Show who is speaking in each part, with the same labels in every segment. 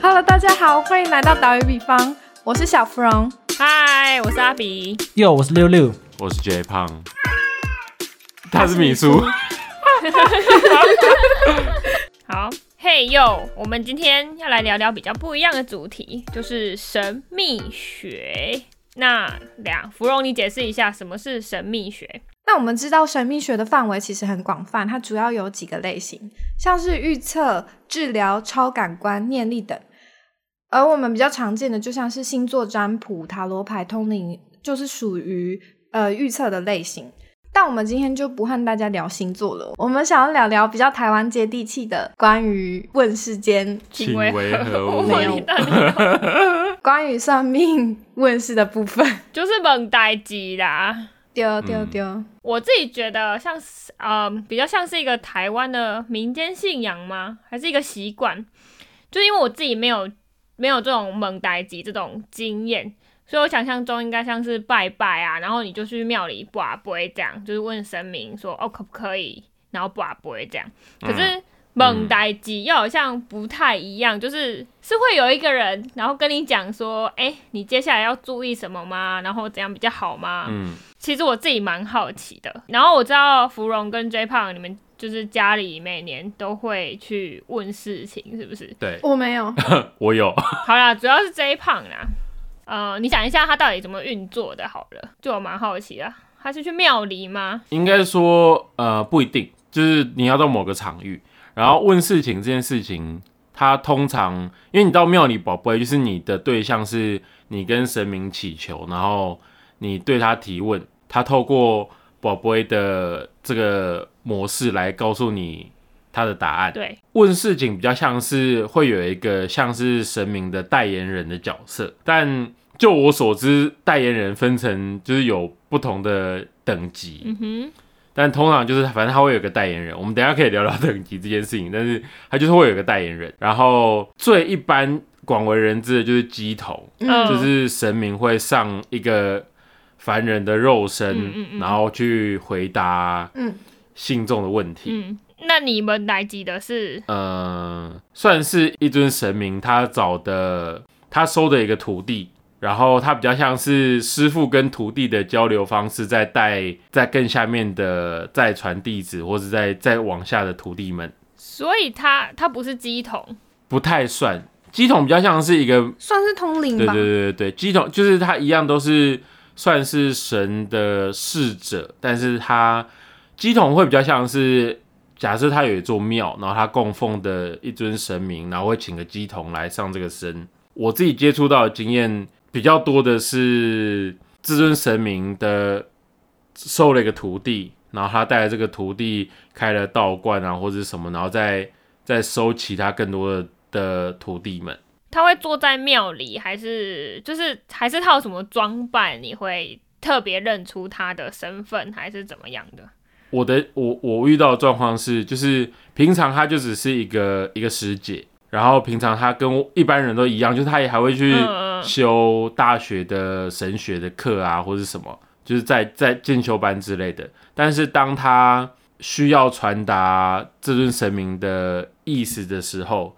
Speaker 1: Hello，大家好，欢迎来到岛屿比方，我是小芙蓉。
Speaker 2: 嗨，我是阿比。
Speaker 3: 哟，我是六六，
Speaker 4: 我是 J 胖，他是米叔，
Speaker 2: 好，嘿哟，我们今天要来聊聊比较不一样的主题，就是神秘学。那俩芙蓉，你解释一下什么是神秘学？
Speaker 1: 那我们知道神秘学的范围其实很广泛，它主要有几个类型，像是预测、治疗、超感官、念力等。而我们比较常见的，就像是星座占卜、塔罗牌、通灵，就是属于呃预测的类型。但我们今天就不和大家聊星座了，我们想要聊聊比较台湾接地气的，关于问世间、
Speaker 4: 请为何
Speaker 2: 我
Speaker 4: 物？
Speaker 1: 没有
Speaker 2: 你到底
Speaker 1: 关于算命问世的部分。
Speaker 2: 就是蒙呆机啦。
Speaker 1: 丢丢丢，
Speaker 2: 我自己觉得像是，呃，比较像是一个台湾的民间信仰吗？还是一个习惯？就因为我自己没有没有这种蒙呆机这种经验，所以我想象中应该像是拜拜啊，然后你就去庙里卜杯这样，就是问神明说哦可不可以，然后卜杯这样。可是蒙呆机又好像不太一样，就是是会有一个人，然后跟你讲说，哎、你接下来要注意什么吗？然后怎样比较好吗？
Speaker 4: 嗯，？
Speaker 2: 其实我自己蛮好奇的。然后我知道芙蓉跟 J 胖你们就是家里每年都会去问事情，是不是
Speaker 4: 对，
Speaker 1: 我没有，
Speaker 4: 我有，
Speaker 2: 好啦，主要是 J 胖啦。呃，你讲一下他到底怎么运作的，好了，就我蛮好奇的。他是去庙里吗？
Speaker 4: 应该说呃不一定，就是你要到某个场域，然后问事情这件事情，它通常因为你到庙里宝贝，就是你的对象是你跟神明祈求，然后你对他提问，他透过宝贝的这个模式来告诉你他的答案。
Speaker 2: 对，
Speaker 4: 问事情比较像是会有一个像是神明的代言人的角色，但就我所知，代言人分成就是有不同的等级，
Speaker 2: 嗯哼，
Speaker 4: 但通常就是反正他会有个代言人，我们等一下可以聊聊等级这件事情，但是他就是会有个代言人，然后最一般广为人知的就是鸡头，
Speaker 2: 嗯
Speaker 4: 就是神明会上一个凡人的肉身，
Speaker 2: 嗯嗯嗯
Speaker 4: 然后去回答
Speaker 1: 嗯
Speaker 4: 信众的问题，
Speaker 2: 嗯，那你们来记的是，
Speaker 4: 呃，算是一尊神明，他找的他收的一个徒弟，然后他比较像是师傅跟徒弟的交流方式，在带在更下面的再传弟子，或是在再往下的徒弟们，
Speaker 2: 所以他他不是鸡桶，
Speaker 4: 不太算。鸡桶比较像是一个，
Speaker 1: 算是通灵
Speaker 4: 对
Speaker 1: 吧
Speaker 4: 对。对对对，鸡桶就是他一样都是算是神的侍者，但是他鸡桶会比较像是。假设他有一座庙，然后他供奉的一尊神明，然后会请个鸡童来上这个身。我自己接触到的经验比较多的是，这尊神明的收了一个徒弟，然后他带着这个徒弟开了道观啊，或者是什么，然后再再收其他更多的的徒弟们。
Speaker 2: 他会坐在庙里，还是就是还是他有什么装扮，你会特别认出他的身份，还是怎么样的？
Speaker 4: 我的我我遇到的状况是，就是平常她就只是一个一个师姐，然后平常她跟一般人都一样，就是她也还会去
Speaker 2: 嗯嗯
Speaker 4: 修大学的神学的课啊，或是什么，就是在在进修班之类的。但是当她需要传达这尊神明的意思的时候，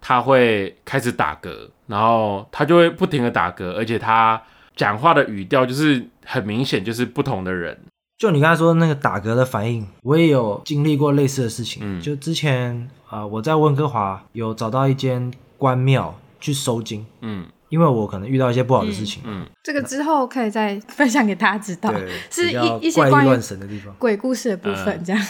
Speaker 4: 她会开始打嗝，然后她就会不停的打嗝，而且她讲话的语调就是很明显就是不同的人。
Speaker 3: 就你刚才说那个打嗝的反应，我也有经历过类似的事情。
Speaker 4: 嗯
Speaker 3: 就之前啊、呃我在温哥华有找到一间关庙去收金，
Speaker 4: 嗯，
Speaker 3: 因为我可能遇到一些不好的事情，
Speaker 1: 这个之后可以再分享给大家知道，是
Speaker 3: 比较
Speaker 1: 一一
Speaker 3: 怪
Speaker 1: 些
Speaker 3: 力
Speaker 1: 关于
Speaker 3: 乱神的地方。
Speaker 1: 鬼故事的部分，这样、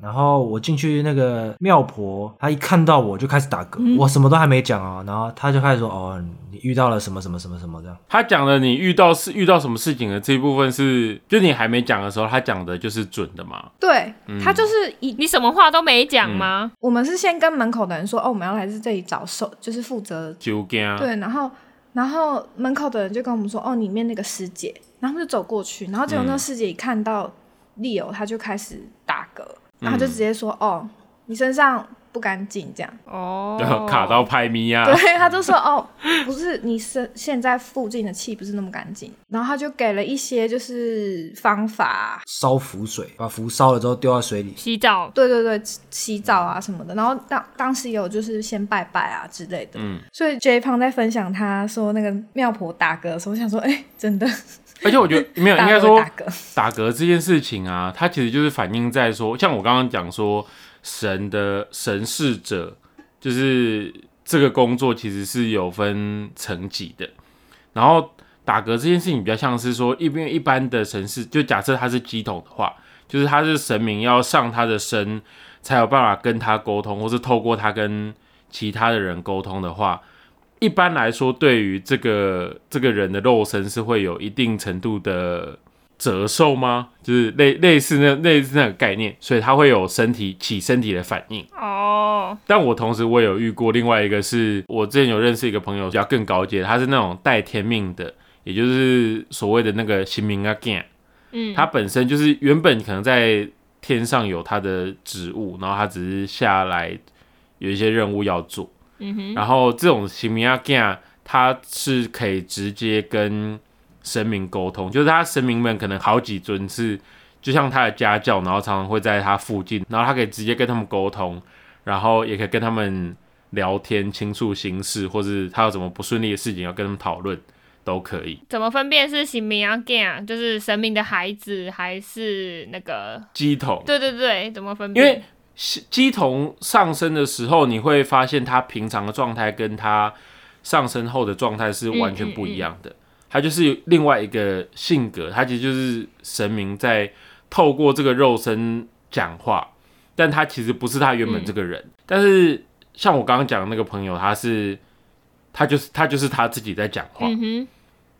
Speaker 3: 然后我进去那个庙婆，她一看到我就开始打嗝，我什么都还没讲哦，然后她就开始说：“哦，你遇到了什么什么什么什么这样。
Speaker 4: 他讲的你遇到是遇到什么事情的这一部分是，就你还没讲的时候，他讲的就是准的嘛。
Speaker 1: 对、他就是一。
Speaker 2: 你什么话都没讲吗？
Speaker 1: 我们是先跟门口的人说，哦，我们要来这里找手，就是负责
Speaker 4: 酒啊干，
Speaker 1: 对，然后然后门口的人就跟我们说，哦，里面那个师姐，然后他们就走过去，然后结果那个师姐一嗯看到利友，他就开始打嗝，然后就直接说，哦，你身上不干净这样。
Speaker 2: 哦，
Speaker 4: 嗯卡到派咪啊，
Speaker 1: 对，他就说哦，不是你是现在附近的气不是那么干净，然后他就给了一些就是方法，
Speaker 3: 烧符水，把符烧了之后丢到水里，
Speaker 2: 洗澡，
Speaker 1: 对对对，洗澡啊什么的。然后当当时有就是先拜拜啊之类的，
Speaker 4: 嗯，
Speaker 1: 所以 J 胖在分享他说那个庙婆打嗝的时候，我想说，哎、真 的
Speaker 4: 而且我觉得没有，应
Speaker 1: 大家
Speaker 4: 该
Speaker 1: 都会
Speaker 4: 说
Speaker 1: 打嗝，
Speaker 4: 打嗝这件事情啊，它其实就是反映在说，像我刚刚讲说，神的神事者，就是这个工作其实是有分层级的。然后打嗝这件事情比较像是说，一边一般的神事，就假设他是鸡桶的话，就是他是神明要上他的身，才有办法跟他沟通，或是透过他跟其他的人沟通的话。一般来说，对于这个这个人的肉身是会有一定程度的折寿吗？就是类类似那类似那个概念，所以它会有身体起身体的反应。
Speaker 2: 哦，
Speaker 4: 但我同时我也有遇过另外一个是，我之前有认识一个朋友比较更高阶，他是那种带天命的，也就是所谓的那个新民阿 g
Speaker 2: 嗯，
Speaker 4: 他本身就是原本可能在天上有他的职务，然后他只是下来有一些任务要做。
Speaker 2: 嗯哼，
Speaker 4: 然后这种行明阿 g 他是可以直接跟神明沟通，就是他神明们可能好几尊是，就像他的家教，然后常常会在他附近，然后他可以直接跟他们沟通，然后也可以跟他们聊天、倾诉心事，或是他有什么不顺利的事情要跟他们讨论，都可以。
Speaker 2: 怎么分辨是神明啊 g a 就是神明的孩子还是那个？
Speaker 4: 鸡桶，
Speaker 2: 对对对，怎么分
Speaker 4: 因
Speaker 2: 辨？
Speaker 4: 为鸡鸡童上升的时候，你会发现他平常的状态跟他上升后的状态是完全不一样
Speaker 2: 嗯
Speaker 4: 的。他就是另外一个性格，他其实就是神明在透过这个肉身讲话，但他其实不是他原本这个人。但是像我刚刚讲的那个朋友，他是他就是他就是他自己在讲话，
Speaker 2: 嗯哼，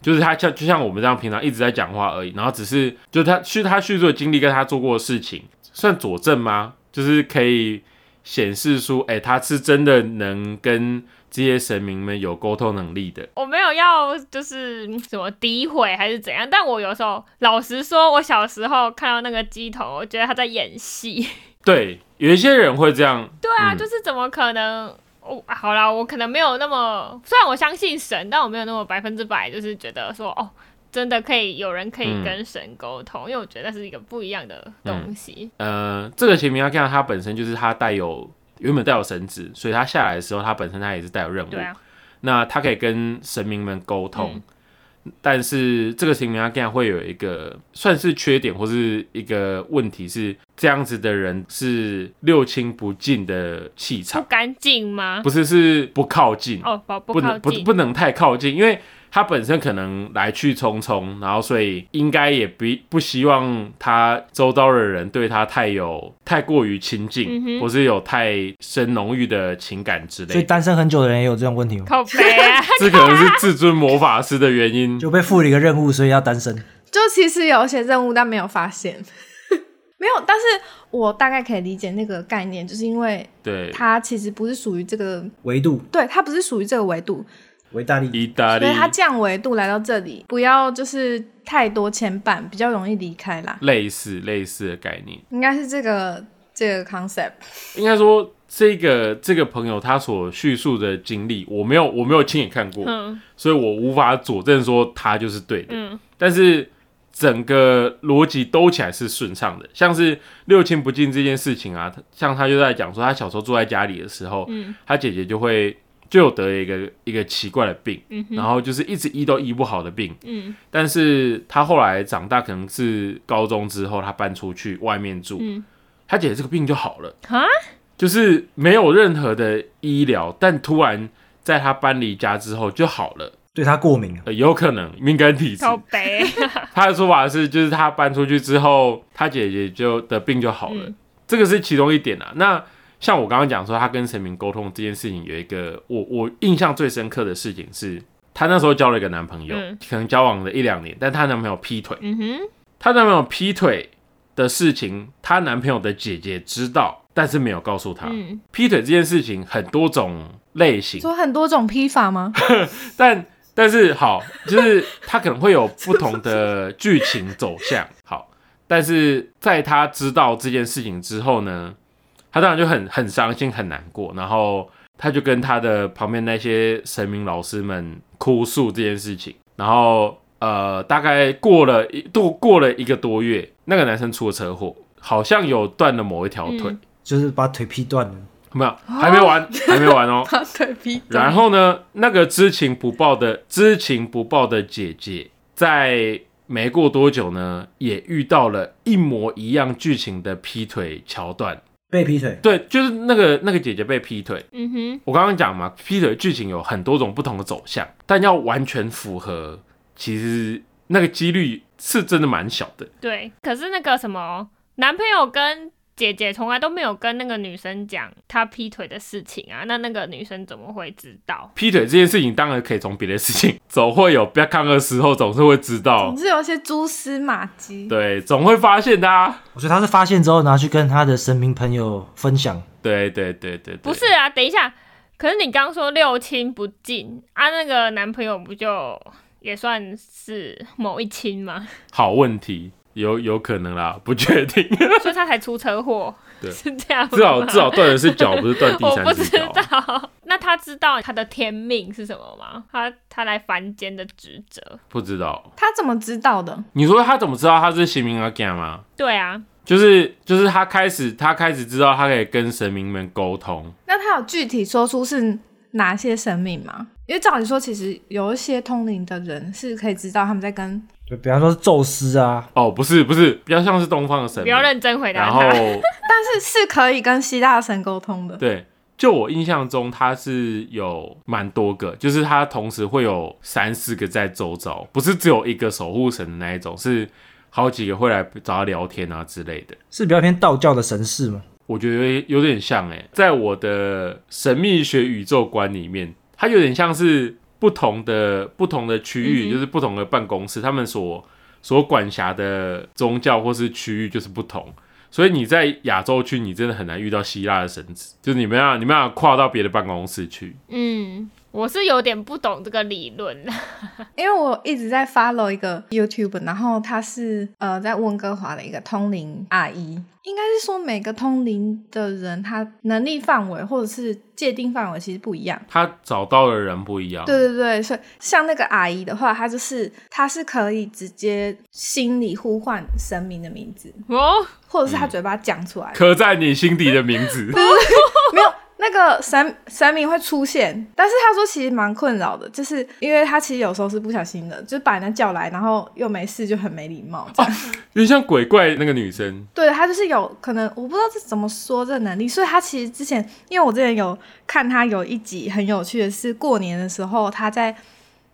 Speaker 4: 就是他像就像我们这样平常一直在讲话而已，然后只是就他叙他叙述的经历跟他做过的事情，算佐证吗？就是可以显示出，哎、他是真的能跟这些神明们有沟通能力的。
Speaker 2: 我没有要就是嗯什么诋毁还是怎样，但我有时候老实说，我小时候看到那个鸡头，我觉得他在演戏。
Speaker 4: 对，有一些人会这样，
Speaker 2: 对啊，
Speaker 4: 嗯
Speaker 2: 就是怎么可能？我、啊好啦，我可能没有那么，虽然我相信神，但我没有那么百分之百，就是觉得说哦，真的可以有人可以
Speaker 4: 嗯
Speaker 2: 跟神沟通，因为我觉得那是一个不一样的东西。
Speaker 4: 呃，这个前面要看到他本身就是他带有原本带有神职，所以他下来的时候，他本身他也是带有任务。
Speaker 2: 对啊，
Speaker 4: 那他可以跟神明们沟通，
Speaker 2: 嗯
Speaker 4: 但是这个神明他竟然会有一个算是缺点或是一个问题是，这样子的人是六亲不近的气
Speaker 2: 不
Speaker 4: 场，
Speaker 2: 干净吗？
Speaker 4: 不是是不靠近，
Speaker 2: 嗯哦，不不
Speaker 4: 不
Speaker 2: 靠
Speaker 4: 能不
Speaker 2: 近，
Speaker 4: 不能太靠近，因为他本身可能来去匆匆，然后所以应该也不不希望他周遭的人对他太有太过于亲
Speaker 2: 嗯
Speaker 4: 近，
Speaker 2: 哼
Speaker 4: 或是有太深浓郁的情感之类
Speaker 3: 所以
Speaker 4: 的。
Speaker 3: 单身很久的人也有这种问题吗？
Speaker 2: 靠背啊，
Speaker 4: 这可能是至尊魔法师的原因，
Speaker 3: 就被赋了一个任务，所以要单身。
Speaker 1: 就其实有一些任务但没有发现，没有，但是我大概可以理解那个概念，就是因为
Speaker 4: 对，
Speaker 1: 它其实不是属于这个，
Speaker 3: 维度，
Speaker 1: 对，它不是属于这个维度，
Speaker 3: 维大利，
Speaker 4: 意大利
Speaker 1: 所以它降维度来到这里，不要就是太多牵绊，比较容易离开啦，
Speaker 4: 类似类似的概念，
Speaker 1: 应该是这个这个 concept。
Speaker 4: 应该说这个这个朋友他所叙述的经历，我没有我没有亲眼看过，
Speaker 2: 嗯
Speaker 4: 所以我无法佐证说他就是对的，
Speaker 2: 嗯，
Speaker 4: 但是整个逻辑兜起来是顺畅的，像是六亲不近这件事情啊，他像他就在讲说他小时候住在家里的时候，
Speaker 2: 嗯
Speaker 4: 他姐姐就会就有得了一个一个奇怪的病，
Speaker 2: 嗯哼
Speaker 4: 然后就是一直医都医不好的病。
Speaker 2: 嗯
Speaker 4: 但是他后来长大，可能是高中之后，他搬出去外面住，
Speaker 2: 嗯，
Speaker 4: 他姐姐这个病就好了，
Speaker 2: 啊，
Speaker 4: 就是没有任何的医疗，但突然在他搬离家之后就好了，
Speaker 3: 对他过敏啊，
Speaker 4: 呃，有可能敏感体质。
Speaker 2: 靠背，
Speaker 4: 他的说法是，就是他搬出去之后，他姐姐就的病就好了，
Speaker 2: 嗯
Speaker 4: 这个是其中一点啊。那像我刚刚讲说，他跟神明沟通这件事情，有一个我我印象最深刻的事情是，她那时候交了一个男朋友，
Speaker 2: 嗯
Speaker 4: 可能交往了一两年，但她男朋友劈腿。
Speaker 2: 嗯哼，
Speaker 4: 她男朋友劈腿的事情，她男朋友的姐姐知道，但是没有告诉她。
Speaker 2: 嗯
Speaker 4: 劈腿这件事情很多种类型，
Speaker 1: 说很多种批法吗？
Speaker 4: 但但是好，就是她可能会有不同的剧 情走向。好，但是在她知道这件事情之后呢，他当然就很很伤心很难过，然后他就跟他的旁边那些神明老师们哭诉这件事情，然后呃，大概过了一度过了一个多月，那个男生出了车祸，好像有断了某一条腿，
Speaker 2: 嗯
Speaker 3: 就是把腿劈断了。
Speaker 4: 没有，还没完，还没完哦。
Speaker 1: 把腿劈断
Speaker 4: 然后呢，那个知情不报的知情不报的姐姐，在没过多久呢，也遇到了一模一样剧情的劈腿桥段。
Speaker 3: 被劈腿，
Speaker 4: 对，就是那个那个姐姐被劈腿。
Speaker 2: 嗯哼，
Speaker 4: 我刚刚讲嘛，劈腿剧情有很多种不同的走向，但要完全符合，其实那个几率是真的蛮小的。
Speaker 2: 对。可是那个什么，男朋友跟姐姐从来都没有跟那个女生讲他劈腿的事情啊，那那个女生怎么会知道？
Speaker 4: 劈腿这件事情当然可以从别的事情 总会有，不要看个时候总是会知道
Speaker 1: 总，是有一些蛛丝马迹。
Speaker 4: 对，总会发现的、啊。
Speaker 3: 我觉得他是发现之后拿去跟他的神明朋友分享，
Speaker 4: 对对对对对，
Speaker 2: 不是啊，等一下，可是你刚说六亲不近啊，那个男朋友不就也算是某一亲吗？
Speaker 4: 好问题，有有可能啦， 不确定。
Speaker 2: 所以他才出车祸，
Speaker 4: 对
Speaker 2: 是这样吗。
Speaker 4: 至少至少断的是脚，不是断 第
Speaker 2: 我不
Speaker 4: 三只
Speaker 2: 知
Speaker 4: 脚。
Speaker 2: 道， 那他知道他的天命是什么吗？他他来凡间的职责，
Speaker 4: 不知道，
Speaker 1: 他怎么知道的？
Speaker 4: 你说他怎么知道他是行明阿 g 吗？
Speaker 2: 对啊，
Speaker 4: 就是就是他开始他开始知道他可以跟神明们沟通，
Speaker 1: 那他有具体说出是哪些神明吗？因为照理说，其实有一些通灵的人是可以知道他们在跟
Speaker 3: 就比方说是宙斯啊，
Speaker 4: 哦，不是不是，比较像是东方的神
Speaker 2: 不
Speaker 4: 明
Speaker 2: 要。认真回答
Speaker 4: 嗯然后
Speaker 2: 他。
Speaker 1: 但是是可以跟希腊神沟通的。
Speaker 4: 对，就我印象中他是有蛮多个，就是他同时会有三四个在周遭，不是只有一个守护神的那一种，是好几个会来找他聊天啊之类的。
Speaker 3: 是比较偏道教的神士嘛。
Speaker 4: 我觉得有点像哎、在我的神秘学宇宙观里面，它有点像是不同的不同的区域，
Speaker 2: 嗯哼
Speaker 4: 就是不同的办公室，他们所所管辖的宗教或是区域就是不同。所以你在亚洲区，你真的很难遇到希腊的神子，就是你没办法，你没办法跨到别的办公室去。
Speaker 2: 嗯，我是有点不懂这个理论啦。
Speaker 1: 因为我一直在 follow 一个 YouTube，然后他是呃在温哥华的一个通灵阿姨，应该是说每个通灵的人他能力范围或者是界定范围其实不一样。
Speaker 4: 他找到的人不一样，
Speaker 1: 对对对，所以像那个阿姨的话，她就是她是可以直接心里呼唤神明的名字，
Speaker 2: 哦，
Speaker 1: 或者是她嘴巴讲出来，
Speaker 4: 刻在你心底的名字。
Speaker 1: 没有那个神神明会出现，但是他说其实蛮困扰的，就是因为他其实有时候是不小心的，就是把人家叫来，然后又没事，就很没礼貌这样。
Speaker 4: 有点像鬼怪那个女生，
Speaker 1: 对他就是有可能，我不知道这怎么说这个能力，所以他其实之前，因为我之前有看他有一集很有趣的是过年的时候，他在
Speaker 4: 嗯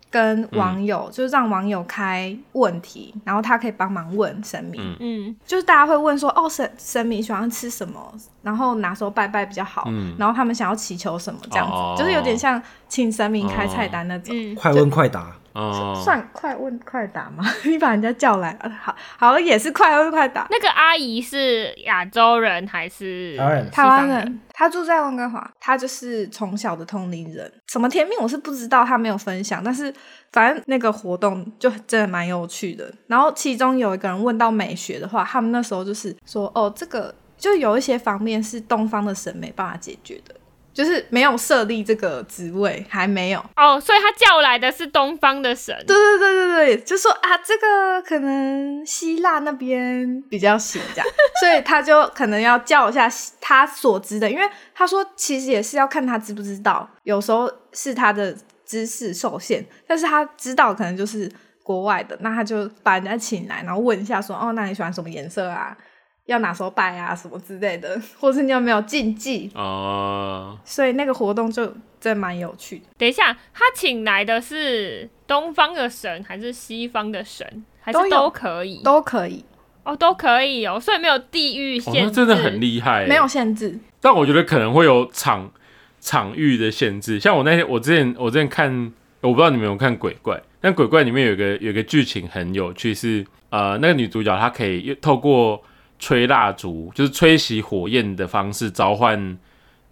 Speaker 1: 跟网友、就是让网友开问题，然后他可以帮忙问神明，
Speaker 4: 嗯
Speaker 2: 嗯，
Speaker 1: 就是大家会问说哦神神明喜欢吃什么，然后哪时候拜拜比较好，
Speaker 4: 嗯
Speaker 1: 然后他们想要祈求什么这样子，
Speaker 4: 哦
Speaker 1: 就是有点像请神明开菜单那种。
Speaker 2: 嗯，
Speaker 3: 快问快答，
Speaker 4: 哦、
Speaker 1: 算快问快答吗？ 你把人家叫来，呃好好也是快问快答。
Speaker 2: 那个阿姨是亚洲人还是
Speaker 3: 台湾人
Speaker 2: 西
Speaker 1: 台
Speaker 2: 方
Speaker 1: 湾？人，他住在温哥华，他就是从小的通灵人。什么天命我是不知道，他没有分享。但是反正那个活动就真的蛮有趣的。然后其中有一个人问到美学的话，他们那时候就是说，哦，这个就有一些方面是东方的神没办法解决的，就是没有设立这个职位，还没有。
Speaker 2: 哦，所以他叫来的是东方的神。
Speaker 1: 对对对对对，就说啊，这个可能希腊那边比较行这样，所以他就可能要叫一下他所知的，因为他说其实也是要看他知不知道，有时候是他的知识受限，但是他知道可能就是国外的，那他就把人家请来，然后问一下说，哦，那你喜欢什么颜色啊？要哪时候拜啊，什么之类的， 或是你有没有禁忌？
Speaker 4: 哦、
Speaker 1: 所以那个活动就真的蛮有趣的。
Speaker 2: 等一下，他请来的是东方的神还是西方的神，还
Speaker 1: 都
Speaker 2: 是
Speaker 1: 有
Speaker 2: 都可以？
Speaker 1: 都可以，
Speaker 2: 哦，都可以哦，所以没有地域
Speaker 4: 哦，
Speaker 2: 限制，
Speaker 4: 那真的很厉害、欸。
Speaker 1: 没有限制。
Speaker 4: 但我觉得可能会有场场域的限制。像我那天，我之前我之前看，我不知道你们有没有看《鬼怪》，但《鬼怪》里面有一个有一个剧情很有趣是，呃，那个女主角她可以透过吹蜡烛，就是吹熄火焰的方式召唤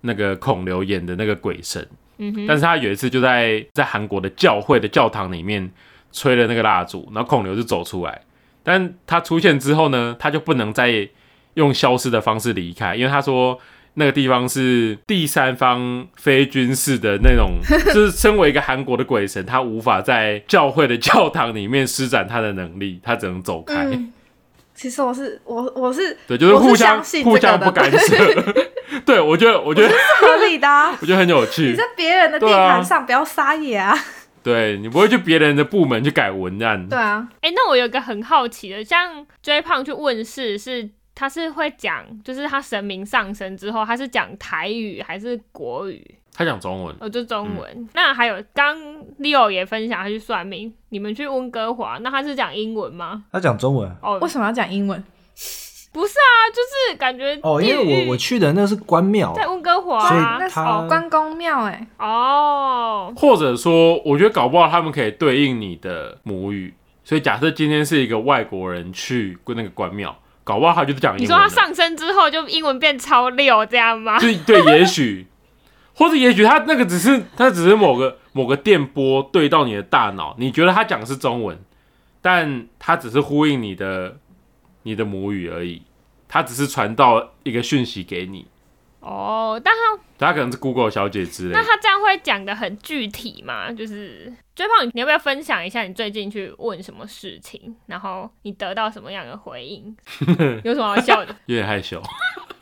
Speaker 4: 那个孔刘演的那个鬼神。
Speaker 2: 嗯哼，
Speaker 4: 但是她有一次就在在韩国的教会的教堂里面吹了那个蜡烛，然后孔刘就走出来。但他出现之后呢，他就不能再用消失的方式离开，因为他说那个地方是第三方非军事的那种， 就是身为一个韩国的鬼神，他无法在教会的教堂里面施展他的能力，他只能走开。
Speaker 1: 嗯，其实我是我我是
Speaker 4: 对，就是
Speaker 1: 我是
Speaker 4: 互相
Speaker 1: 相信这个
Speaker 4: 互相
Speaker 1: 的
Speaker 4: 不干涉。 对，我觉得，我觉得，。
Speaker 1: 合理的、啊
Speaker 4: 我觉得很有
Speaker 1: 你
Speaker 4: 趣
Speaker 1: 在。别人的地
Speaker 4: 对啊
Speaker 1: 盘上不要撒野啊！
Speaker 4: 对你不会去别人的部门去改文案，
Speaker 1: 对啊，
Speaker 2: 哎、那我有一个很好奇的，像 J 胖去问世是他是会讲，就是他神明上身之后，他是讲台语还是国语？
Speaker 4: 他讲中文。
Speaker 2: 哦，就中文。那还有刚 Leo 也分享他去算命，你们去温哥华，那他是讲英文吗？
Speaker 3: 他讲中文啊
Speaker 2: 哦，
Speaker 1: 为什么要讲英文？
Speaker 2: 不是啊，就是感觉
Speaker 3: 哦，因为我我
Speaker 2: 地狱
Speaker 3: 去的那是关庙，
Speaker 2: 在温哥华
Speaker 3: 所以
Speaker 2: 啊、
Speaker 1: 那是
Speaker 3: 他
Speaker 1: 哦关公庙哎，
Speaker 2: 哦，
Speaker 4: 或者说，我觉得搞不好他们可以对应你的母语。所以假设今天是一个外国人去那个关庙，搞不好他就是讲英文的。
Speaker 2: 你说他上身之后就英文变超溜这样 吗？
Speaker 4: 对对，也许，或者也许他那个只是他只是某个某个电波对到你的大脑，你觉得他讲的是中文，但他只是呼应你的你的母语而已，他只是传到一个讯息给你，
Speaker 2: 哦，但他
Speaker 4: 他可能是 Google 小姐之类
Speaker 2: 那
Speaker 4: 的。
Speaker 2: 他这样会讲的很具体吗？就是追胖，你要不要分享一下你最近去问什么事情，然后你得到什么样的回 应？有什么好笑的？
Speaker 4: 有点害羞。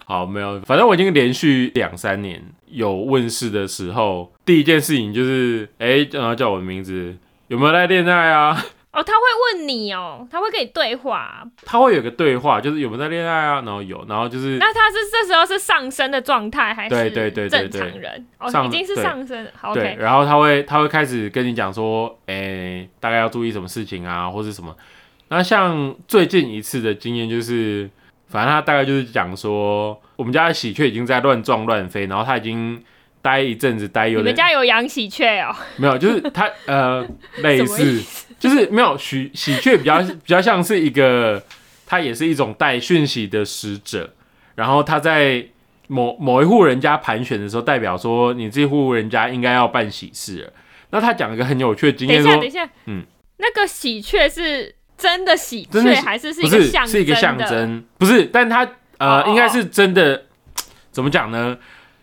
Speaker 4: 好，没有，反正我已经连续两三年有问世的时候，第一件事情就是，哎、然后叫我的名字，有没有在恋爱啊？
Speaker 2: 哦，他会问你哦，他会跟你对话。
Speaker 4: 他会有个对话，就是有没有在恋爱啊？然后有，然后就是
Speaker 2: 那他是这时候是上升的状态还是
Speaker 4: 对对对对
Speaker 2: 正
Speaker 4: 对
Speaker 2: 常人？哦，
Speaker 4: 上
Speaker 2: 已经是上升。好
Speaker 4: 对，
Speaker 2: OK，
Speaker 4: 然后他会他会开始跟你讲说，哎、大概要注意什么事情啊，或是什么。那像最近一次的经验就是，反正他大概就是讲说，我们家的喜鹊已经在乱撞乱飞，然后它已经待一阵子，待
Speaker 2: 你
Speaker 4: 有
Speaker 2: 们
Speaker 4: 点
Speaker 2: 家有养喜鹊哦？
Speaker 4: 没有，就是它 呃类
Speaker 2: 什么意
Speaker 4: 似，就是没有喜喜鹊比较比较像是一个，它也是一种带讯息的使者，然后它在某某一户人家盘旋的时候，代表说你这户人家应该要办喜事了。那他讲了一个很有趣的经
Speaker 2: 等一
Speaker 4: 验
Speaker 2: 下，等
Speaker 4: 说
Speaker 2: 一，下，
Speaker 4: 嗯，
Speaker 2: 那个喜鹊是真的喜
Speaker 4: 真的
Speaker 2: 鹊
Speaker 4: 喜
Speaker 2: 还是是
Speaker 4: 不
Speaker 2: 一个
Speaker 4: 是
Speaker 2: 象
Speaker 4: 是一个象
Speaker 2: 的？
Speaker 4: 征，不是，但他
Speaker 2: 哦
Speaker 4: 呃
Speaker 2: 哦
Speaker 4: 应该是真的，怎么讲呢？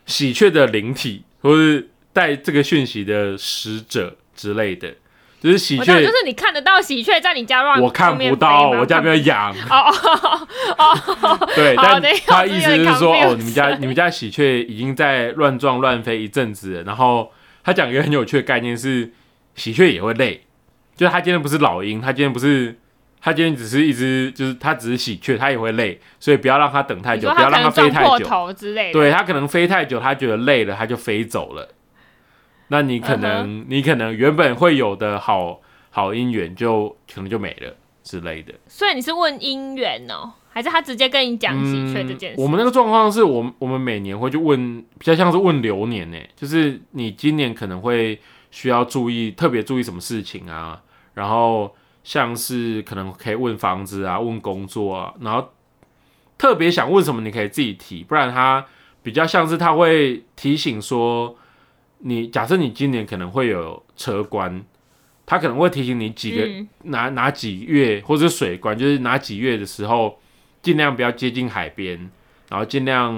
Speaker 4: 喜鹊的灵体，或是带这个讯息的使者之类的，就是喜
Speaker 2: 我知道，
Speaker 4: 鹊
Speaker 2: 就。是你看得到喜鹊在你家乱，
Speaker 4: 我看
Speaker 2: 后面
Speaker 4: 不
Speaker 2: 飞吗
Speaker 4: 到，我家没有养。
Speaker 2: 哦哦哦，
Speaker 4: 对，
Speaker 2: 好
Speaker 4: 但
Speaker 2: 等一下
Speaker 4: 他
Speaker 2: 我
Speaker 4: 意
Speaker 2: 真
Speaker 4: 思
Speaker 2: 的有
Speaker 4: 是
Speaker 2: 点
Speaker 4: 说，哦，
Speaker 2: confused
Speaker 4: 你们家你们家喜鹊已经在乱撞乱飞一阵子了。然后他讲一个很有趣的概念是，喜鹊也会累，就是他今天不是老鹰，他今天不是。他今天只是一只，就是他只是喜鹊，他也会累，所以不要让它等太
Speaker 2: 你
Speaker 4: 久，
Speaker 2: 说
Speaker 4: 不要
Speaker 2: 它
Speaker 4: 让
Speaker 2: 可
Speaker 4: 它
Speaker 2: 能
Speaker 4: 飞
Speaker 2: 撞
Speaker 4: 太
Speaker 2: 破
Speaker 4: 久。
Speaker 2: 头之类的，
Speaker 4: 对他可能飞太久，他觉得累了，他就飞走了。那你
Speaker 2: 嗯
Speaker 4: 可能、你可能原本会有的好好姻缘就可能就没了之类的。
Speaker 2: 所以你是问姻缘哦，还是他直接跟你讲喜鹊这件事？
Speaker 4: 嗯我们那个状况是我们我们每年会去问，比较像是问流年呢、欸就是你今年可能会需要注意，特别注意什么事情啊，然后像是可能可以问房子啊，问工作啊，然后特别想问什么你可以自己提，不然他比较像是他会提醒说，你假设你今年可能会有车关，他可能会提醒你几个、
Speaker 2: 嗯
Speaker 4: 哪哪几月或者是水关，就是哪几月的时候，尽量不要接近海边，然后尽量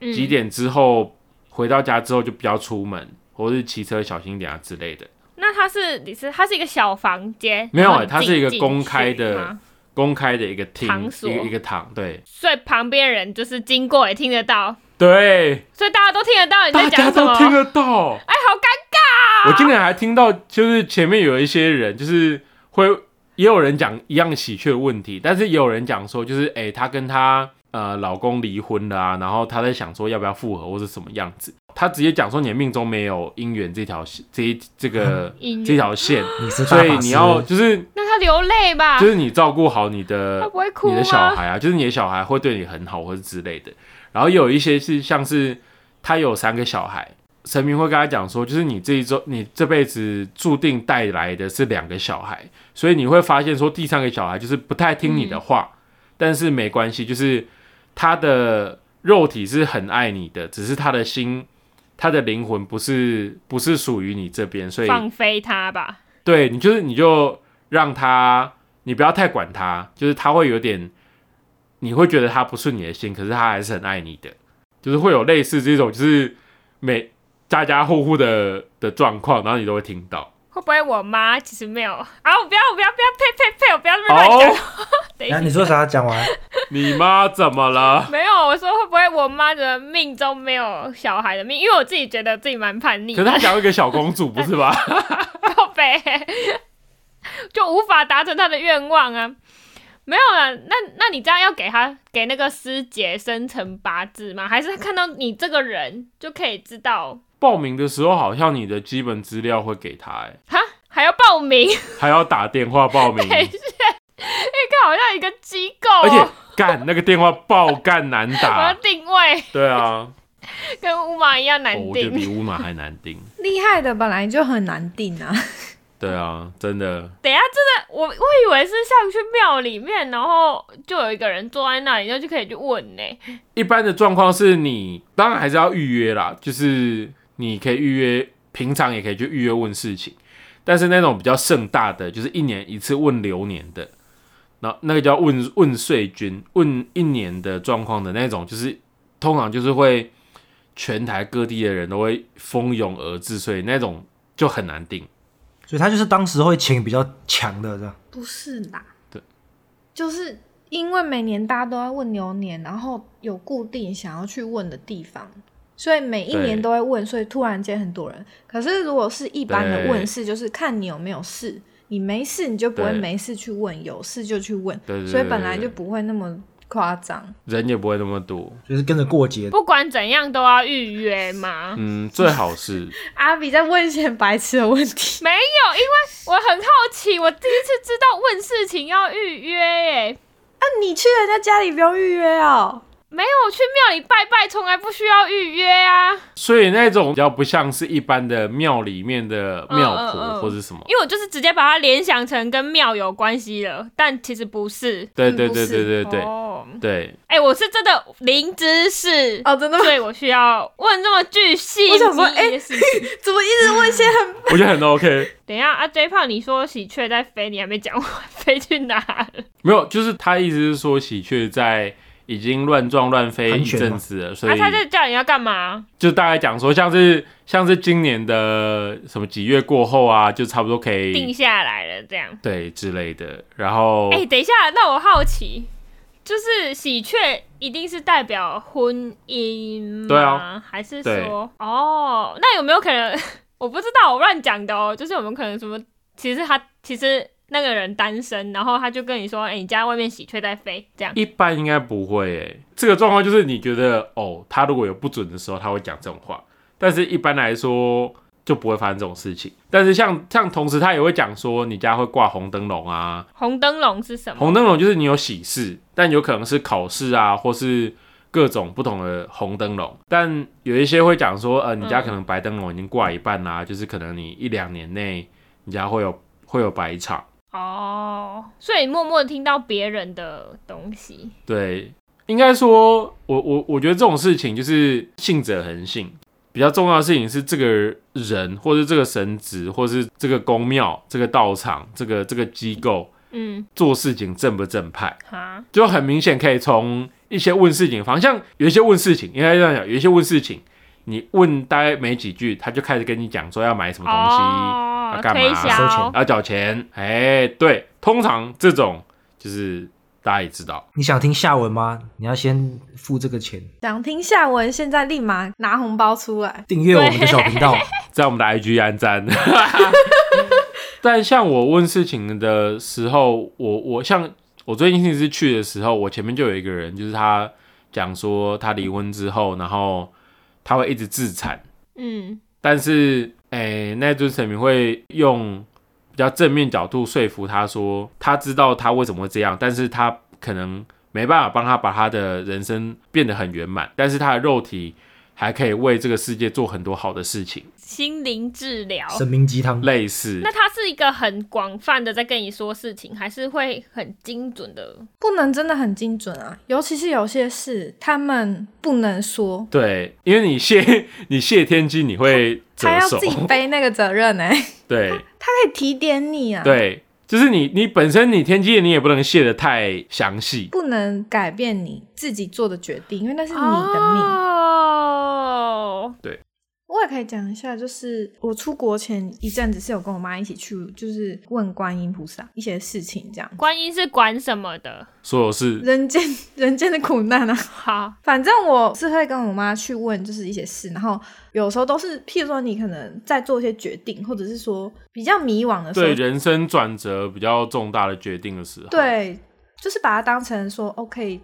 Speaker 2: 嗯
Speaker 4: 几点之后、回到家之后就不要出门，或者是骑车小心一点啊之类的。
Speaker 2: 那它是你是它是一个小房间，
Speaker 4: 没有
Speaker 2: 然
Speaker 4: 啊
Speaker 2: 后你
Speaker 4: 它是一个
Speaker 2: 自己进去
Speaker 4: 公开的
Speaker 2: 吗
Speaker 4: 公开的一个厅
Speaker 2: 堂，所
Speaker 4: 一个一个堂，对
Speaker 2: 所以旁边人就是经过也听得到，
Speaker 4: 对，
Speaker 2: 所以大家都听得到你
Speaker 4: 大
Speaker 2: 在
Speaker 4: 家
Speaker 2: 讲什么
Speaker 4: 都。听得到。
Speaker 2: 哎，好尴啊
Speaker 4: 我今天还听到，就是前面有一些人，就是会也有人讲一样喜鹊的问题，但是也有人讲说，就是诶，她、跟她呃老公离婚了啊，然后她在想说要不要复合或是什么样子。她直接讲说你的命中没有姻缘这条线这一这个
Speaker 2: 姻缘
Speaker 4: 这条线，
Speaker 3: 你是大
Speaker 4: 所以
Speaker 3: 法
Speaker 4: 你
Speaker 3: 师
Speaker 4: 要就是
Speaker 2: 那他流泪吧？
Speaker 4: 就是你照顾好你的
Speaker 2: 他不会哭
Speaker 4: 你
Speaker 2: 吗
Speaker 4: 的？小孩啊，就是你的小孩会对你很好，或者之类的。然后有一些是像是他有三个小孩，神明会跟他讲说，就是你这一周你这辈子注定带来的是两个小孩，所以你会发现说第三个小孩就是不太听你的话，
Speaker 2: 嗯
Speaker 4: 但是没关系，就是他的肉体是很爱你的，只是他的心。他的灵魂不是不是属于你这边，所以
Speaker 2: 放飞他吧。
Speaker 4: 对你就是你就让他，你不要太管他，就是他会有点，你会觉得他不顺你的心，可是他还是很爱你的。就是会有类似这种，就是每家家户户的的状况，然后你都会听到。
Speaker 2: 会不会我妈其实没有啊？我不要，我不要，不要呸呸呸！我不要这么乱讲。等一下
Speaker 3: 那哎你说啥？讲完，
Speaker 4: 哦你妈怎 么了？
Speaker 2: 没有，我说会不会我妈的命中没有小孩的命？因为我自己觉得自己蛮叛逆
Speaker 4: 可是
Speaker 2: 的，
Speaker 4: 她想要一个小公主，不是吧？
Speaker 2: 靠北， 就无法达成她的愿望啊。没有啦，那那你这样要给她给那个师姐生辰八字吗？还是她看到你这个人就可以知道？
Speaker 4: 报名的时候好像你的基本资料会给她、欸，
Speaker 2: 哈，还要报名？
Speaker 4: 还要打电话报名，
Speaker 2: 等一下，那个好像一个机构、哦，
Speaker 4: 而且啊干那个电话爆干难
Speaker 2: 我要
Speaker 4: 打。
Speaker 2: 定位
Speaker 4: 对啊，
Speaker 2: 跟乌马一样难
Speaker 4: 哦我觉得比
Speaker 2: 定。
Speaker 4: 乌马还难定。
Speaker 1: 厉害的本来就很难定啊。
Speaker 4: 对啊，真的，
Speaker 2: 等一下，真的，我我以为是像去庙里面，然后就有一个人坐在那里，然后就可以去问呢、
Speaker 4: 一般的状况是你当然还是要预约啦，就是你可以预约，平常也可以去预约问事情，但是那种比较盛大的，就是一年一次问流年的，那那个叫问问岁君，问一年的状况的那种，就是通常就是会全台各地的人都会蜂拥而至，所以那种就很难定。
Speaker 3: 所以他就是当时会请比较强的这样。
Speaker 1: 不是啦，
Speaker 4: 对，
Speaker 1: 就是因为每年大家都要问牛年，然后有固定想要去问的地方，所以每一年
Speaker 4: 对
Speaker 1: 都会问，所以突然间很多人。可是如果是一般的
Speaker 4: 对
Speaker 1: 问事，就是看你有没有事，你没事你就不会
Speaker 4: 对
Speaker 1: 没事去问，有事就去问，
Speaker 4: 对对对
Speaker 1: 所以本来就
Speaker 4: 对对
Speaker 1: 不会那么夸张。
Speaker 4: 人也不会那么多，
Speaker 3: 就是跟着过节，
Speaker 2: 不管怎样都要预约吗？
Speaker 4: 嗯，最好是
Speaker 1: 阿比在问一些很白痴的问 题，啊
Speaker 2: 没有，因为我很好奇，我第一次知道问事情要预约耶、
Speaker 1: 那你去人家家里不用预约哦。
Speaker 2: 没有，我去庙里拜拜从来不需要预约啊，
Speaker 4: 所以那种比较不像是一般的庙里面的庙
Speaker 2: 嗯嗯嗯
Speaker 4: 婆或者什么。
Speaker 2: 因为我就是直接把它联想成跟庙有关系了，但其实不是。
Speaker 4: 对
Speaker 1: 嗯
Speaker 4: 对
Speaker 1: 不
Speaker 4: 对对
Speaker 1: 是
Speaker 4: 对对
Speaker 2: 哦，
Speaker 4: 对，
Speaker 2: 哎、我是真的零知识
Speaker 1: 哦，真的吗？
Speaker 2: 所以我需要问这么巨 细
Speaker 1: 我想说哎
Speaker 2: 靡遗的事情。
Speaker 1: 怎么一直问一些很
Speaker 4: 我觉得很 OK。
Speaker 2: 等一下，阿 J 胖，你说喜鹊在飞，你还没讲完 飞去哪了？
Speaker 4: 没有，就是他意思是说喜鹊在已经乱撞乱飞一
Speaker 3: 盘旋吗
Speaker 4: 阵子了，所
Speaker 2: 啊，
Speaker 4: 以
Speaker 2: 他在叫你要干嘛？
Speaker 4: 就大概讲说，像是像是今年的什么几月过后啊，就差不多可
Speaker 2: 定
Speaker 4: 以
Speaker 2: 下来了，这样。
Speaker 4: 对之类的。然后
Speaker 2: 哎、等一下，那我好奇，就是喜鹊一定是代表婚姻吗？
Speaker 4: 对啊，
Speaker 2: 还是
Speaker 4: 对
Speaker 2: 说哦？那有没有可能？ 我不知道，我乱讲的哦。就是有没有可能什么？其实他其实那个人单身，然后他就跟你说：“哎、你家外面喜鹊在飞。”这样。
Speaker 4: 一般应该不会诶、这个状况就是你觉得哦，他如果有不准的时候，他会讲这种话，但是一般来说就不会发生这种事情。但是像像同时他也会讲说，你家会挂红灯笼啊，
Speaker 2: 红灯笼是什么？
Speaker 4: 红灯笼就是你有喜事，但有可能是考试啊，或是各种不同的红灯笼。但有一些会讲说，呃，你家可能白灯笼已经挂一半啦、就是可能你一两年内你家会有会有白场。
Speaker 2: 哦，所以默默地听到别人的东西，
Speaker 4: 对，应该说，我我我觉得这种事情就是信者恒信。比较重要的事情是这个人，或是这个神职，或是这个公庙、这个道场、这个这个机构
Speaker 2: 嗯，
Speaker 4: 做事情正不正派。
Speaker 2: 哈，
Speaker 4: 就很明显可以从一些问事情的方向，像有一些问事情，应该这样讲，有一些问事情，你问大概没几句，他就开始跟你讲说要买什么东西，
Speaker 2: 哦
Speaker 4: 要，干嘛
Speaker 2: 推
Speaker 3: 收钱
Speaker 2: 销，
Speaker 4: 要缴钱。哎、对，通常这种就是大家也知道，
Speaker 3: 你想听下文吗？你要先付这个钱，
Speaker 1: 想听下文，现在立马拿红包出来。
Speaker 3: 订阅我们的小频道。
Speaker 4: 在我们的 IG 按赞。 但像我问事情的时候，我我像我最近是去的时候，我前面就有一个人，就是他讲说他离婚之后，然后他会一直自残。
Speaker 2: 嗯，
Speaker 4: 但是，哎、那尊神明会用比较正面角度说服他说，他知道他为什么会这样，但是他可能没办法帮他把他的人生变得很圆满，但是他的肉体还可以为这个世界做很多好的事情，
Speaker 2: 心灵治疗。
Speaker 3: 神明鸡 汤，
Speaker 4: 类似
Speaker 2: 那他是一个很广泛的在跟你说事情，还是会很精准的？
Speaker 1: 不能真的很精准啊，尤其是有些事他们不能说，
Speaker 4: 对，因为你谢 你谢天机，你会折
Speaker 1: 他要
Speaker 4: 手
Speaker 1: 自，己背那个责任呢、 欸
Speaker 4: 对
Speaker 1: 他可以提点你啊。，
Speaker 4: 对，就是你你本身你天机你也不能写的太详细，
Speaker 1: 不能改变你自己做的决定，因为那是你的命。
Speaker 2: 啊哦，
Speaker 1: 我也可以讲一下，就是我出国前一阵子是有跟我妈一起去，就是问观音菩萨一些事情，这样
Speaker 2: 观音是管什么的？
Speaker 4: 所有事
Speaker 1: 人间 人间的苦难啊。
Speaker 2: 好，
Speaker 1: 反正我是会跟我妈去问，就是一些事，然后有时候都是，譬如说你可能在做一些决定，或者是说比较迷惘的时候
Speaker 4: 对，人生转折比较重大的决定的时候，，
Speaker 1: 对，就是把它当成说 OK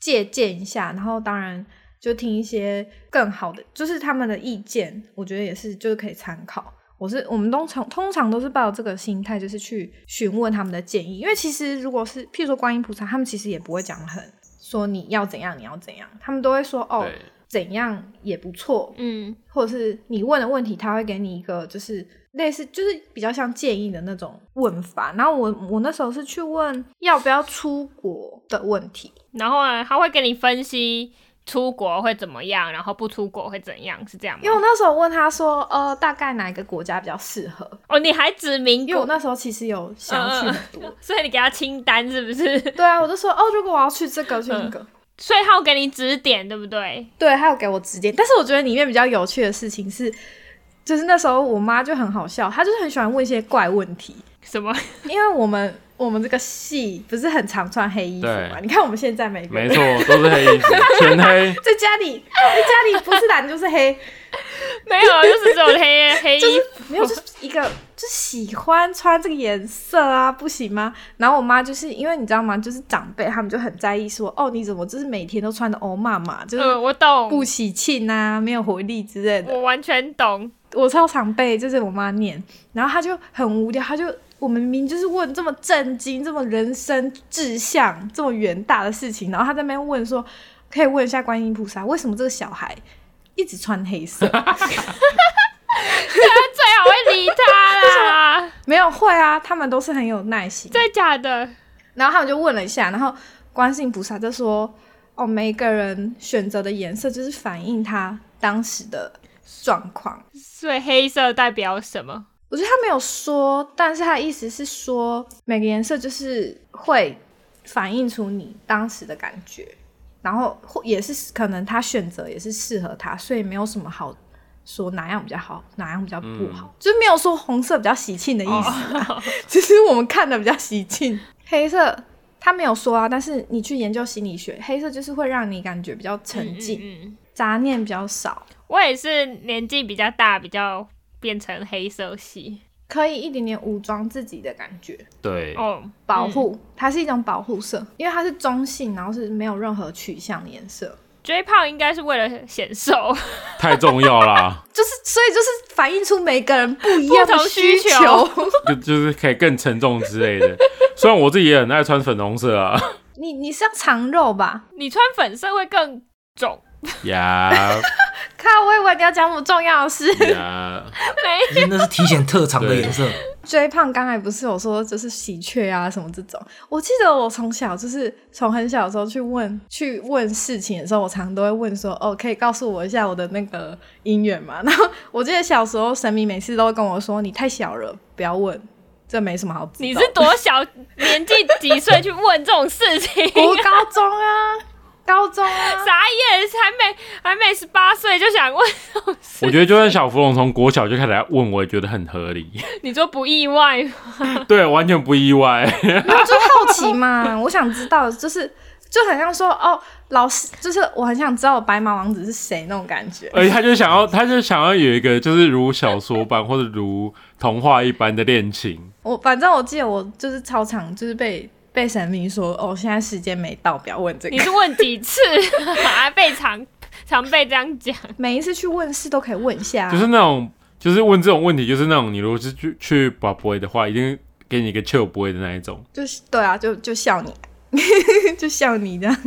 Speaker 1: 借鉴一下，然后当然就听一些更好的，就是他们的意见，我觉得也是就是可以参考。我是我们通常通常都是抱这个心态，就是去询问他们的建议，因为其实如果是譬如说观音菩萨，他们其实也不会讲得很说你要怎样你要怎样，他们都会说哦
Speaker 4: 对
Speaker 1: 怎样也不错，
Speaker 2: 嗯，
Speaker 1: 或者是你问的问题，他会给你一个就是类似就是比较像建议的那种问法。然后我我那时候是去问要不要出国的问题，
Speaker 2: 然后呢，他会给你分析出国会怎么样，然后不出国会怎样，是这样吗
Speaker 1: 因？为我那时候问他说，呃，大概哪一个国家比较适合？
Speaker 2: 哦，你还指明
Speaker 1: 因为我
Speaker 2: 过，
Speaker 1: 那时候其实有想要去很多。
Speaker 2: 所以你给他清单是 不是？
Speaker 1: 对啊，我就说哦，如果我要去这个去那个，
Speaker 2: 所以他有给你指点，对不对？
Speaker 1: 对，还有给我指点。但是我觉得里面比较有趣的事情是，就是那时候我妈就很好笑，她就是很喜欢问一些怪问题，
Speaker 2: 什么？
Speaker 1: 因为我们我们这个系不是很常穿黑衣服嘛？
Speaker 4: 对
Speaker 1: 你看我们现在每个人
Speaker 4: 没错，都是 黑衣服，全黑，
Speaker 1: 在家里，在家里不是蓝就是黑，
Speaker 2: 没有，就是只有黑 黑衣服。
Speaker 1: 没有就是一个就喜欢穿这个颜色啊，不行吗？然后我妈就是因为你知道吗？就是长辈他们就很在意说，哦，你怎么就是每天都穿的欧妈妈，就是
Speaker 2: 嗯，我懂，
Speaker 1: 不喜庆啊，没有活力之类的。
Speaker 2: 我完全懂。
Speaker 1: 我超常被就是我妈念，然后她就很无聊，她就我们明明就是问这么震惊、这么人生志向、这么远大的事情，然后她在那边问说，可以问一下观音菩萨，为什么这个小孩一直穿黑色？
Speaker 2: 他最好会理 他啦，
Speaker 1: 没有会啊，他们都是很有耐心。
Speaker 2: 真的假的？
Speaker 1: 然后他们就问了一下，然后观世音菩萨就说：“哦，每一个人选择的颜色就是反映他当时的状况。
Speaker 2: 所以黑色代表什么？”
Speaker 1: 我觉得他没有说，但是他的意思是说，每个颜色就是会反映出你当时的感觉，然后或也是可能他选择也是适合他，所以没有什么好说哪样比较好，哪样比较不
Speaker 2: 嗯
Speaker 1: 好，就是没有说红色比较喜庆的意思、啊，
Speaker 2: 哦
Speaker 1: 只是我们看的比较喜庆。黑色他没有说啊，但是你去研究心理学，黑色就是会让你感觉比较沉静，
Speaker 2: 嗯嗯
Speaker 1: 杂念比较少，
Speaker 2: 我也是年纪比较大，比较变成黑色系
Speaker 1: 可以一点点武装自己的感觉。
Speaker 4: 对，
Speaker 2: 哦，
Speaker 1: 保护，它是一种保护色，因为它是中性，然后是没有任何取向的颜色，
Speaker 2: 追胖应该是为了显瘦，
Speaker 4: 太重要啦，
Speaker 1: 就是所以就是反映出每个人不一样的
Speaker 2: 不同需
Speaker 1: 求。
Speaker 4: 就就是可以更沉重之类的。虽然我自己也很爱穿粉红色啊，
Speaker 1: 你你是要藏肉吧？
Speaker 2: 你穿粉色会更肿。
Speaker 4: 呀
Speaker 1: 看，我以为你要讲我重要的事。
Speaker 4: 呀，
Speaker 2: 没，
Speaker 3: 那是体检特长的颜色，
Speaker 1: 追胖刚才不是有说就是喜鹊啊什么这种，我记得我从小就是从很小的时候去问去问事情的时候，我常都会问说哦，可以告诉我一下我的那个姻缘吗？ 然后我记得小时候神明每次都会跟我说，你太小了，不要问，这没什么好知道的。
Speaker 2: 你是多小年纪几岁去问这种事 情？
Speaker 1: 我高中啊， 高中 啊，
Speaker 2: 傻眼，还没还没十八岁就想问这种
Speaker 4: 我
Speaker 2: 事，
Speaker 4: 觉得就算小芙蓉从国小就开始来问，我也觉得很合理，
Speaker 2: 你说不意外吗？
Speaker 4: 对，完全不意外。
Speaker 1: 没有就好奇嘛， 我想知道，就是就很像说哦，老师，就是我很想知道白马王子是谁那种感觉。
Speaker 4: 而且他就想要，他就想要有一个就是如小说般或者如童话一般的恋情，
Speaker 1: 我反正我记得我就是超常就是被被神明说哦，现在时间没到，不要问这
Speaker 2: 你
Speaker 1: 个。
Speaker 2: 是问几次？ 还被常常被这样讲，
Speaker 1: 每一次去问事都可以问一下啊、
Speaker 4: 就是那种就是问这种问题，就是那种你如果是去去把不会的话，一定给你一个 chill 不会的那一种。
Speaker 1: 就是对啊，就就笑你， 就笑你这样。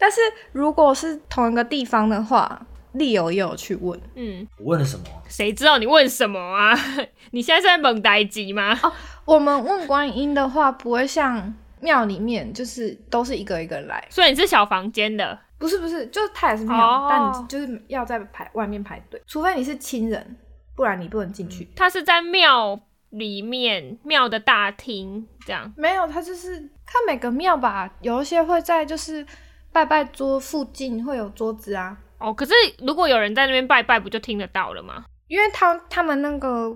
Speaker 1: 但是如果是同一个地方的话，丽友也有去问，
Speaker 2: 嗯，
Speaker 3: 我问了什么？啊
Speaker 2: 谁知道你问什么啊？ 你现在是在猛呆机吗？
Speaker 1: 哦我们问观音的话，不会像庙里面就是都是一个一个来，
Speaker 2: 所以你是小房间的，
Speaker 1: 不是不是，就是他也是庙，
Speaker 2: 哦
Speaker 1: 但你就是要在排外面排队，除非你是亲人，不然你不能进去。
Speaker 2: 他是在庙里面庙的大厅这样。
Speaker 1: 没有，他就是看每个庙吧，有一些会在就是拜拜桌附近会有桌子啊，
Speaker 2: 哦，可是如果有人在那边拜拜，不就听得到了吗？
Speaker 1: 因为他他们那个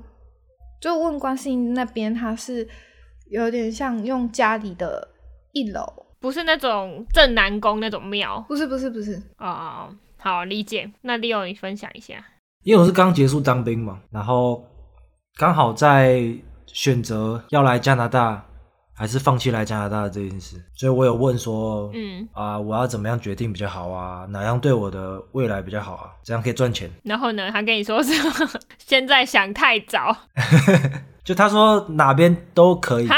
Speaker 1: 就问观世音那边，他是有点像用家里的一楼，
Speaker 2: 不是那种正南宫那种庙
Speaker 1: 不是不是不是，
Speaker 2: 哦哦。哦好，理解。那 Leo，你分享一下。
Speaker 3: 因为我是刚结束当兵嘛，然后刚好在选择要来加拿大还是放弃来加拿大的这件事，所以我有问说，
Speaker 2: 嗯，
Speaker 3: 啊、我要怎么样决定比较好啊？哪样对我的未来比较好啊？怎样可以赚钱？
Speaker 2: 然后呢，他跟你说是 现在想太早，
Speaker 3: 就他说哪边都可以，
Speaker 2: 哈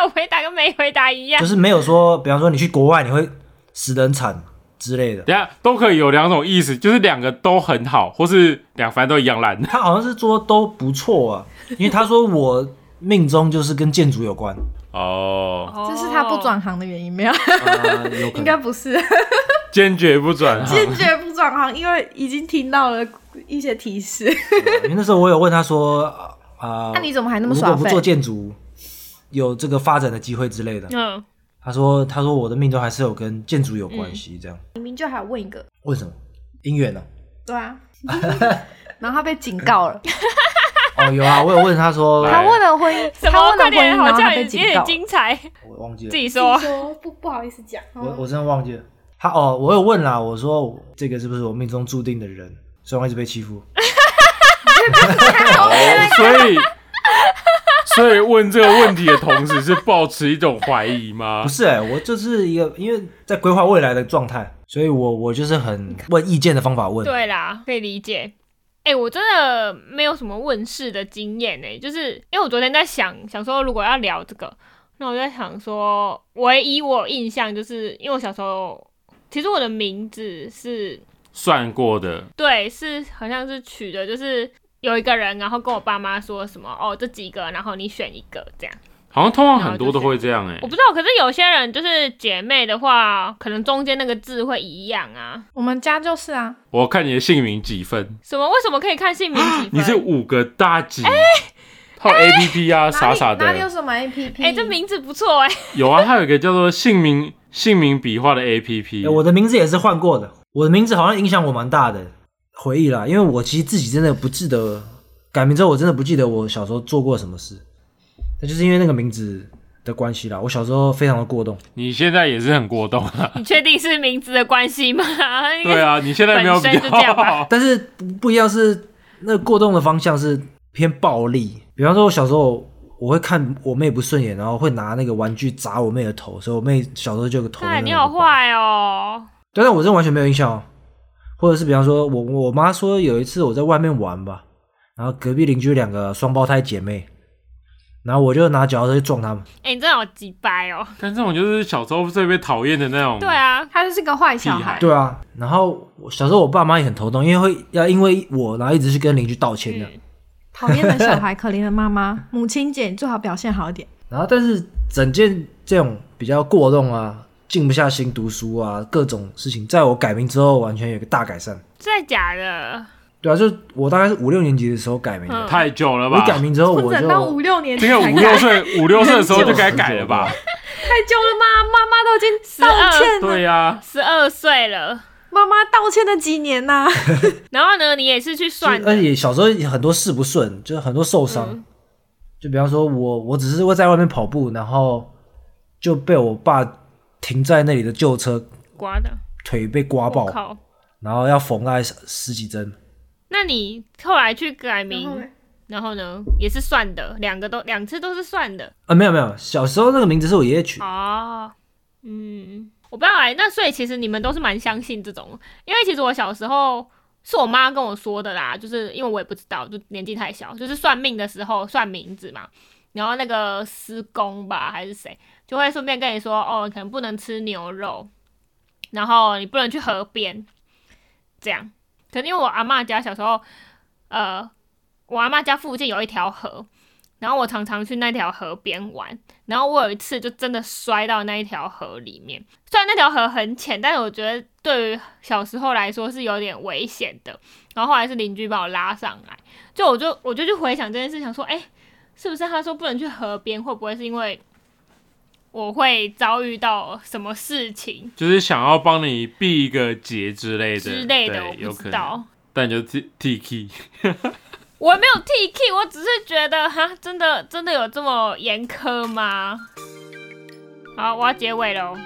Speaker 2: 有哎回答跟没回答一样
Speaker 3: 就。是没有说，比方说你去国外你会死人惨之类的。
Speaker 4: 等一下都可以有两种意思，就是两个都很好，或是两反正都一样烂。
Speaker 3: 他好像是说都不错啊，因为他说我命中就是跟建筑 有关，
Speaker 4: 哦，
Speaker 1: 这是他不转行的原因没有？
Speaker 3: 啊，有 可
Speaker 1: 应该
Speaker 3: 能。
Speaker 1: 不是，
Speaker 4: 坚决不转行。
Speaker 1: 坚决不转行，因为已经听到了一些提示。
Speaker 3: 啊因为那时候我有问他说，啊、呃
Speaker 1: 那你怎么还那么
Speaker 3: 如
Speaker 1: 耍
Speaker 3: 果不
Speaker 1: 废？
Speaker 3: 做建筑，有这个发展的机会之类的。
Speaker 2: 嗯，
Speaker 3: 他说，他说我的命中还是有跟建筑有关系，这样
Speaker 1: 明明就还有问一个，
Speaker 3: 为什么？姻缘呢、
Speaker 1: 对 啊，然后他被警告了，
Speaker 3: 哦，有啊，我有问他说，
Speaker 4: 来
Speaker 1: 他问了婚 姻，
Speaker 2: 什
Speaker 1: 他
Speaker 2: 么？
Speaker 1: 问了婚
Speaker 2: 快点，
Speaker 1: 姻，
Speaker 2: 好
Speaker 1: 然后他
Speaker 2: 像有
Speaker 1: 被警告
Speaker 2: 点
Speaker 1: 了。
Speaker 2: 精彩，
Speaker 3: 我忘记
Speaker 2: 自
Speaker 3: 了，
Speaker 2: 己说。
Speaker 1: 说不不好意思讲，哦
Speaker 3: 我我真的忘记了。他哦，我有问啦，我说这个是不是我命中注定的人？虽然我一直被欺负，
Speaker 4: 所以，所以问这个问题的同时是抱持一种怀疑吗
Speaker 3: 不？是哎、我就是一个因为在规划未来的状态，所以我我就是很问意见的方法问。
Speaker 2: 对啦，可以理解。哎、我真的没有什么问世的经验哎、就是因为我昨天在想想说，如果要聊这个，那我就在想说，唯一我有印象就是因为我小时候，其实我的名字是
Speaker 4: 算过的，
Speaker 2: 对，是好像是取的，就是有一个人，然后跟我爸妈说什么哦，这几个，然后你选一个这样。
Speaker 4: 好像通常很多都会这样哎、
Speaker 2: 我不知道，可是有些人就是姐妹的话，可能中间那个字会一样啊。
Speaker 1: 我们家就是啊，
Speaker 4: 我看你的姓名几分？
Speaker 2: 什么？为什么可以看姓名几分？
Speaker 4: 啊你是五个大几？
Speaker 2: 哎
Speaker 4: 还有 A P P 啊，傻傻
Speaker 1: 哪里有
Speaker 4: 的。
Speaker 1: 什么 A P P？
Speaker 2: 哎、这名字不错哎、
Speaker 4: 有啊，它有一个叫做姓名姓名笔画的 A P P
Speaker 3: 欸。我的名字也是换过的，我的名字好像影响我蛮大的回忆啦，因为我其实自己真的不记得改名之后，我真的不记得我小时候做过什么事，那就是因为那个名字的关系啦。我小时候非常的过动，
Speaker 4: 你现在也是很过动 啊。
Speaker 2: 你确定是名字的关系吗？
Speaker 4: 对，啊，你现在没有比
Speaker 2: 本身就这
Speaker 4: 较
Speaker 2: 样吧
Speaker 4: 好。
Speaker 3: 但是不不一样是那个过动的方向是偏暴力，比方说我小时候。我会看我妹不顺眼，然后会拿那个玩具砸我妹的头，所以我妹小时候就有个头。
Speaker 2: 哎，你好。坏哦。
Speaker 3: 对，但我真的完全没有印象、哦。或者是比方说，我我妈说有一次我在外面玩吧，然后隔壁邻居两个双胞胎姐妹，然后我就拿脚踏车去撞他们。
Speaker 2: 哎、你真的好鸡掰哦。
Speaker 4: 但这种就是小时候最被讨厌的那种。
Speaker 2: 对，啊，
Speaker 1: 他就是个坏小孩
Speaker 4: 屁，
Speaker 3: 对啊，然后我小时候我爸妈也很头痛，因为会要因为我，然后一直去跟邻居道歉的。
Speaker 2: 嗯
Speaker 1: 讨厌的小孩，可怜的妈妈。母亲节你最好表现好一点。
Speaker 3: 然后但是整件这种比较过动啊，静不下心读书啊，各种事情，在我改名之后完全有个大改善。
Speaker 2: 真的假的？
Speaker 3: 对啊，就我大概是五六年级的时候改名
Speaker 2: 嗯
Speaker 3: 的。
Speaker 4: 太久了
Speaker 3: 我
Speaker 4: 吧？
Speaker 3: 改名之后我
Speaker 1: 我
Speaker 3: 就
Speaker 1: 忍到五六年级
Speaker 4: 这
Speaker 1: 才
Speaker 4: 个
Speaker 1: 改，
Speaker 4: 啊五六 岁五六岁的时候就该改了吧？
Speaker 1: 太久了吗？妈妈都已经道歉了，
Speaker 4: 对啊呀、
Speaker 2: 十二岁了，
Speaker 1: 妈妈道歉了几年呐、
Speaker 2: 然后呢，你也是去算
Speaker 3: 而
Speaker 2: 的，嗯
Speaker 3: 且呃小时候很多事不顺，就是很多受伤。就比方说我，我只是会在外面跑步，然后就被我爸停在那里的旧车
Speaker 2: 刮的，
Speaker 3: 腿被刮
Speaker 2: 我
Speaker 3: 爆，
Speaker 2: 靠！
Speaker 3: 然后要缝大概十十几针。
Speaker 2: 那你后来去改
Speaker 1: 然后
Speaker 2: 名
Speaker 1: 嘞，
Speaker 2: 然后呢，也是算的，两个都两次都是算的
Speaker 3: 啊，没有没有，小时候那个名字是我爷爷取，
Speaker 2: 哦。嗯，我不知道哎、那所以其实你们都是蛮相信这种，因为其实我小时候是我妈跟我说的啦，就是因为我也不知道，就年纪太小，就是算命的时候算名字嘛，然后那个师公吧还是谁，就会顺便跟你说，哦，你可能不能吃牛肉，然后你不能去河边，这样。可是因为我阿嬷家小时候，呃，我阿嬷家附近有一条河，然后我常常去那条河边玩，然后我有一次就真的摔到那一条河里面。虽然那条河很浅，但是我觉得对于小时候来说是有点危险的。然后后来是邻居把我拉上来，就我就我就去回想这件事，想说，哎、是不是他说不能去河边，会不会是因为我会遭遇到什么事情
Speaker 4: 就是想要帮你避一个劫之类的
Speaker 2: 之类的？
Speaker 4: 对
Speaker 2: 我
Speaker 4: 有
Speaker 2: 不
Speaker 4: 可
Speaker 2: 知
Speaker 4: 能。
Speaker 2: 道，
Speaker 4: 但你就 T T K，
Speaker 2: 我没有 T K，我只是觉得哈，真的真的有这么严苛吗？好，我要结尾喽。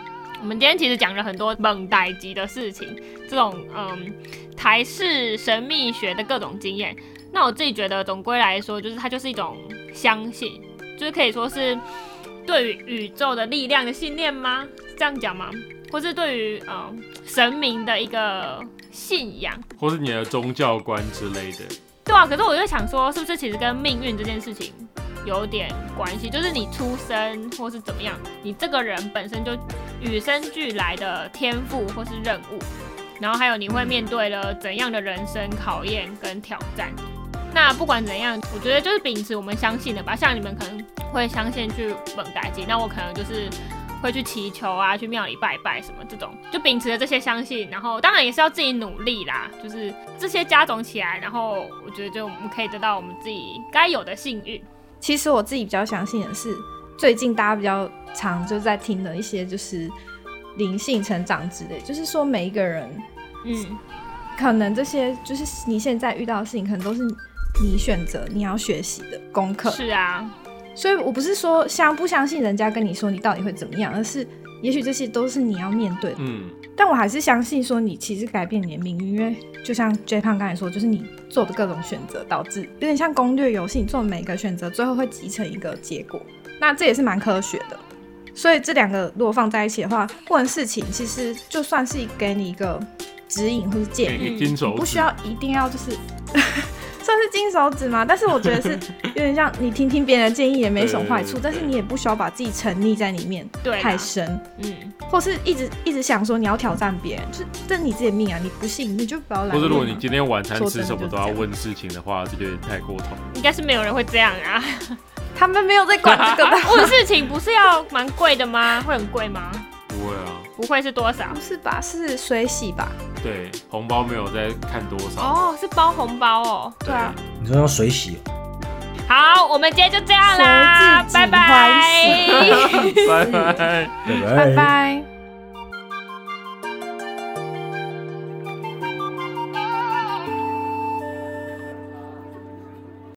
Speaker 2: 我们今天其实讲了很多蒙代级的事情，这种嗯台式神秘学的各种经验。那我自己觉得，总归来说，就是它就是一种相信，就是可以说是对于宇宙的力量的信念吗？是这样讲吗？或是对于嗯神明的一个信仰？
Speaker 4: 或是你的宗教观之类的。
Speaker 2: 对啊，可是我就想说，是不是其实跟命运这件事情有点关系？就是你出生或是怎么样，你这个人本身就与生俱来的天赋或是任务，然后还有你会面对了怎样的人生考验跟挑战。那不管怎样，我觉得就是秉持我们相信的吧。像你们可能会相信去本改机，那我可能就是会去祈求啊，去庙里拜拜什么这种，就秉持着这些相信，然后当然也是要自己努力啦，就是这些加总起来，然后我觉得就我们可以得到我们自己该有的幸运。
Speaker 1: 其实我自己比较相信的是，最近大家比较常就在听的一些就是灵性成长之类，就是说每一个人
Speaker 2: 嗯，
Speaker 1: 可能这些就是你现在遇到的事情，可能都是你选择你要学习的功课。
Speaker 2: 是啊，
Speaker 1: 所以我不是说相不相信人家跟你说你到底会怎么样，而是也许这些都是你要面对的。
Speaker 4: 嗯，
Speaker 1: 但我还是相信说你其实改变你的命运，因为就像 J 胖刚才说，就是你做的各种选择导致有点像攻略游戏，你做每个选择最后会集成一个结果，那这也是蛮科学的。所以这两个如果放在一起的话，问事情其实就算是给你一个指引或是建
Speaker 4: 给
Speaker 1: 议，
Speaker 4: 个金手
Speaker 1: 你不需
Speaker 4: 指，
Speaker 1: 要一定要就是 算是金手指嘛，但是我觉得是有点像你听听别人的建议也没什么坏处，
Speaker 4: 对对对
Speaker 1: 但是你也不需要把自己沉溺在里面
Speaker 2: 对啦
Speaker 1: 太深，
Speaker 2: 嗯，
Speaker 1: 或是一直一直想说你要挑战别人，就是这是你自己的命啊，你不信你就不要来问嘛。啊
Speaker 4: 或是如果你今天晚餐
Speaker 1: 说
Speaker 4: 吃
Speaker 1: 真的
Speaker 4: 什么
Speaker 1: 就是
Speaker 4: 都
Speaker 1: 这
Speaker 4: 要
Speaker 1: 样
Speaker 4: 问事情的话，这就有点太过头。
Speaker 2: 应该是没有人会这样 啊。
Speaker 1: 他们没有在管这个吧？
Speaker 2: 问事情不是要蛮贵的吗？会很贵吗？
Speaker 4: 不会啊，
Speaker 2: 不会是多少
Speaker 1: 不？是吧？是水洗吧？
Speaker 4: 对，红包没有在看多少。
Speaker 2: 哦，是包红包哦。
Speaker 1: 对啊，
Speaker 3: 你说要水洗哦，
Speaker 2: 好，我们今天就这样啦，
Speaker 1: 手指
Speaker 2: 拜
Speaker 1: 几欢
Speaker 2: 拜。
Speaker 1: 喜
Speaker 4: 拜拜。
Speaker 3: 拜
Speaker 1: 拜拜。